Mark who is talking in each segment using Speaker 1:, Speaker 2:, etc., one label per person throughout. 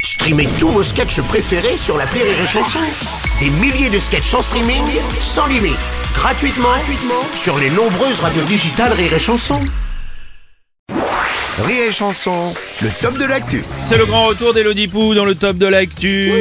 Speaker 1: Streamez tous vos sketchs préférés sur la Rire et Chanson. Des milliers de sketchs en streaming, sans limite, gratuitement, gratuitement sur les nombreuses radios digitales Rire et Chanson. Rire et Chanson, le top de l'actu.
Speaker 2: C'est le grand retour d'Elodie Pou dans le top de l'actu,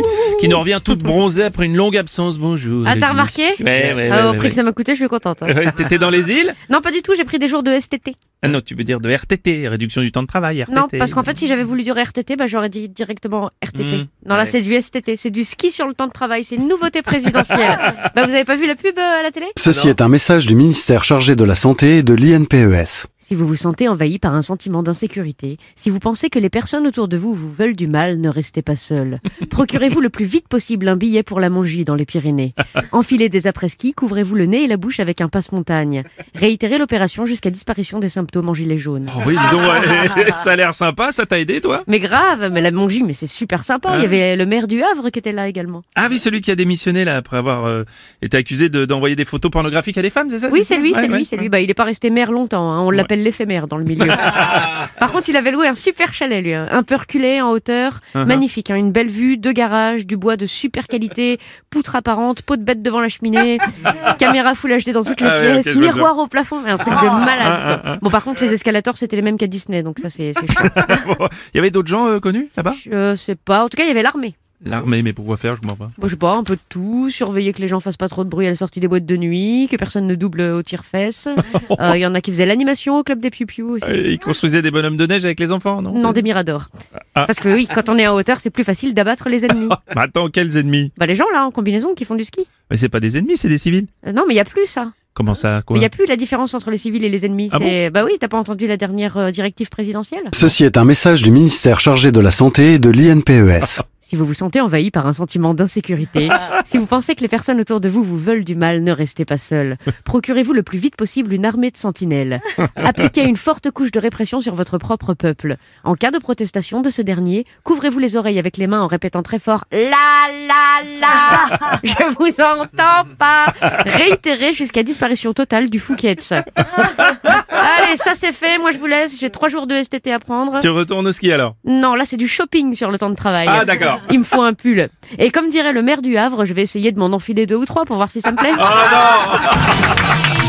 Speaker 2: qui nous revient toute bronzée après une longue absence. Bonjour.
Speaker 3: Ah,
Speaker 2: Elodie.
Speaker 3: t'as remarqué
Speaker 2: Ouais, ouais,
Speaker 3: Ah,
Speaker 2: Eh ouais,
Speaker 3: Au prix
Speaker 2: ouais,
Speaker 3: que ça m'a coûté, je suis contente. hein.
Speaker 2: ouais. Ouais, T'étais dans les îles
Speaker 3: Non, pas du tout, j'ai pris des jours de STT.
Speaker 2: Ah non, tu veux dire de RTT, réduction du temps de travail, RTT.
Speaker 3: Non, parce qu'en fait, si j'avais voulu dire RTT, bah, j'aurais dit directement RTT.
Speaker 2: Mmh,
Speaker 3: non,
Speaker 2: ouais.
Speaker 3: là, c'est du STT, c'est du ski sur le temps de travail, c'est une nouveauté présidentielle. bah, vous avez pas vu la pub euh, à la télé
Speaker 4: Ceci est un message du ministère chargé de la Santé et de l'INPES.
Speaker 3: Si vous vous sentez envahi par un sentiment d'insécurité, si vous pensez que les personnes autour de vous vous veulent du mal, ne restez pas seul. Procurez-vous le plus vite possible un billet pour la Mongie dans les Pyrénées. Enfilez des après-ski, couvrez-vous le nez et la bouche avec un passe-montagne. Réitérez l'opération jusqu'à disparition des symptômes en gilet jaune.
Speaker 2: Oh oui, dis donc, ouais, ça a l'air sympa, ça t'a aidé toi
Speaker 3: Mais grave, mais la Mongie, mais c'est super sympa. Il y avait euh, le maire du Havre qui était là également.
Speaker 2: Ah oui, celui qui a démissionné là après avoir euh, été accusé de- d'envoyer des photos pornographiques à des femmes, c'est ça
Speaker 3: Oui, c'est
Speaker 2: ça
Speaker 3: lui,
Speaker 2: Ouais,
Speaker 3: c'est
Speaker 2: ouais.
Speaker 3: lui, c'est lui. Bah, il est pas resté maire longtemps. hein. On l'appelle l'éphémère dans le milieu. Par contre, il avait loué un super chalet, lui, hein. un peu reculé en hauteur,
Speaker 2: Uh-huh.
Speaker 3: magnifique, hein. une belle vue, deux garages, du bois de super qualité, poutre apparente, peau de bête devant la cheminée, caméra full HD dans toutes les
Speaker 2: Ah ouais,
Speaker 3: pièces,
Speaker 2: ok, je vois
Speaker 3: miroir au plafond, un truc de malade.
Speaker 2: Ah,
Speaker 3: quoi. Bon, par contre, les escalators, c'était les mêmes qu'à Disney, donc ça, c'est c'est chiant.
Speaker 2: Bon, Il y avait d'autres gens euh, connus là-bas
Speaker 3: Je sais pas. En tout cas, il y avait l'armée.
Speaker 2: L'armée, mais pourquoi faire, je comprends pas.
Speaker 3: Bon, je sais pas, un peu de tout, surveiller que les gens fassent pas trop de bruit à la sortie des boîtes de nuit, que personne ne double au tire-fesse. Euh, Il y en a qui faisaient l'animation au club des piou aussi.
Speaker 2: Euh, Ils construisaient des bonhommes de neige avec les enfants, non
Speaker 3: Non, des miradors.
Speaker 2: Ah.
Speaker 3: Parce que oui, quand on est en hauteur, c'est plus facile d'abattre les ennemis.
Speaker 2: Bah, attends, quels ennemis
Speaker 3: Bah, les gens là, en combinaison, qui font du ski.
Speaker 2: Mais c'est pas des ennemis, c'est des civils.
Speaker 3: Euh, non, mais il y a plus ça.
Speaker 2: Comment ça, quoi
Speaker 3: Mais il y a plus la différence entre les civils et les ennemis.
Speaker 2: Ah
Speaker 3: C'est- bah oui, t'as pas entendu la dernière euh, directive présidentielle
Speaker 4: Ceci est un message du ministère chargé de la Santé et de l'INPES.
Speaker 3: Si vous vous sentez envahi par un sentiment d'insécurité, si vous pensez que les personnes autour de vous vous veulent du mal, ne restez pas seul. Procurez-vous le plus vite possible une armée de sentinelles. Appliquez une forte couche de répression sur votre propre peuple. En cas de protestation de ce dernier, couvrez-vous les oreilles avec les mains en répétant très fort La la la Je vous entends pas Réitérez jusqu'à disparition totale du Fouquet's. Allez, ça c'est fait, moi je vous laisse, j'ai trois jours de STT à prendre.
Speaker 2: Tu retournes au ski alors
Speaker 3: Non, là c'est du shopping sur le temps de travail.
Speaker 2: Ah d'accord.
Speaker 3: Il me faut un pull. Et comme dirait le maire du Havre, je vais essayer de m'en enfiler deux ou trois pour voir si ça me plaît.
Speaker 2: Oh non